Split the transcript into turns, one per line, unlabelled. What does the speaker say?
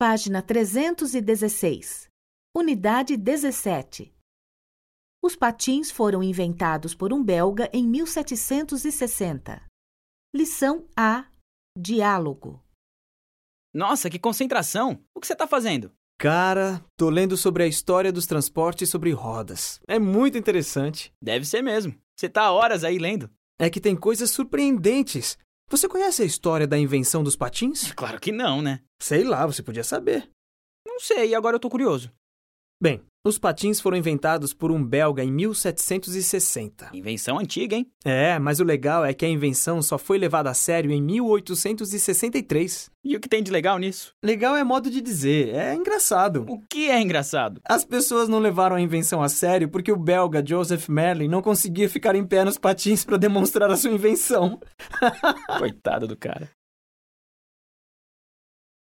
Página 316. Unidade 17. Os patins foram inventados por um belga em 1760. Lição A. Diálogo.
Nossa, que concentração! O que você está fazendo?
Cara, tô lendo sobre a história dos transportes sobre rodas. É muito interessante.
Deve ser mesmo. Você está há horas aí lendo.
É que tem coisas surpreendentes. Você conhece a história da invenção dos patins?
Claro que não, né?
Sei lá, você podia saber.
Não sei, agora eu tô curioso.
Bem, os patins foram inventados por um belga em 1760.
Invenção antiga, hein?
É, mas o legal é que a invenção só foi levada a sério em 1863.
E o que tem de legal nisso?
Legal é modo de dizer, é engraçado.
O que é engraçado?
As pessoas não levaram a invenção a sério porque o belga Joseph Merlin não conseguia ficar em pé nos patins para demonstrar a sua invenção.
Coitado do cara.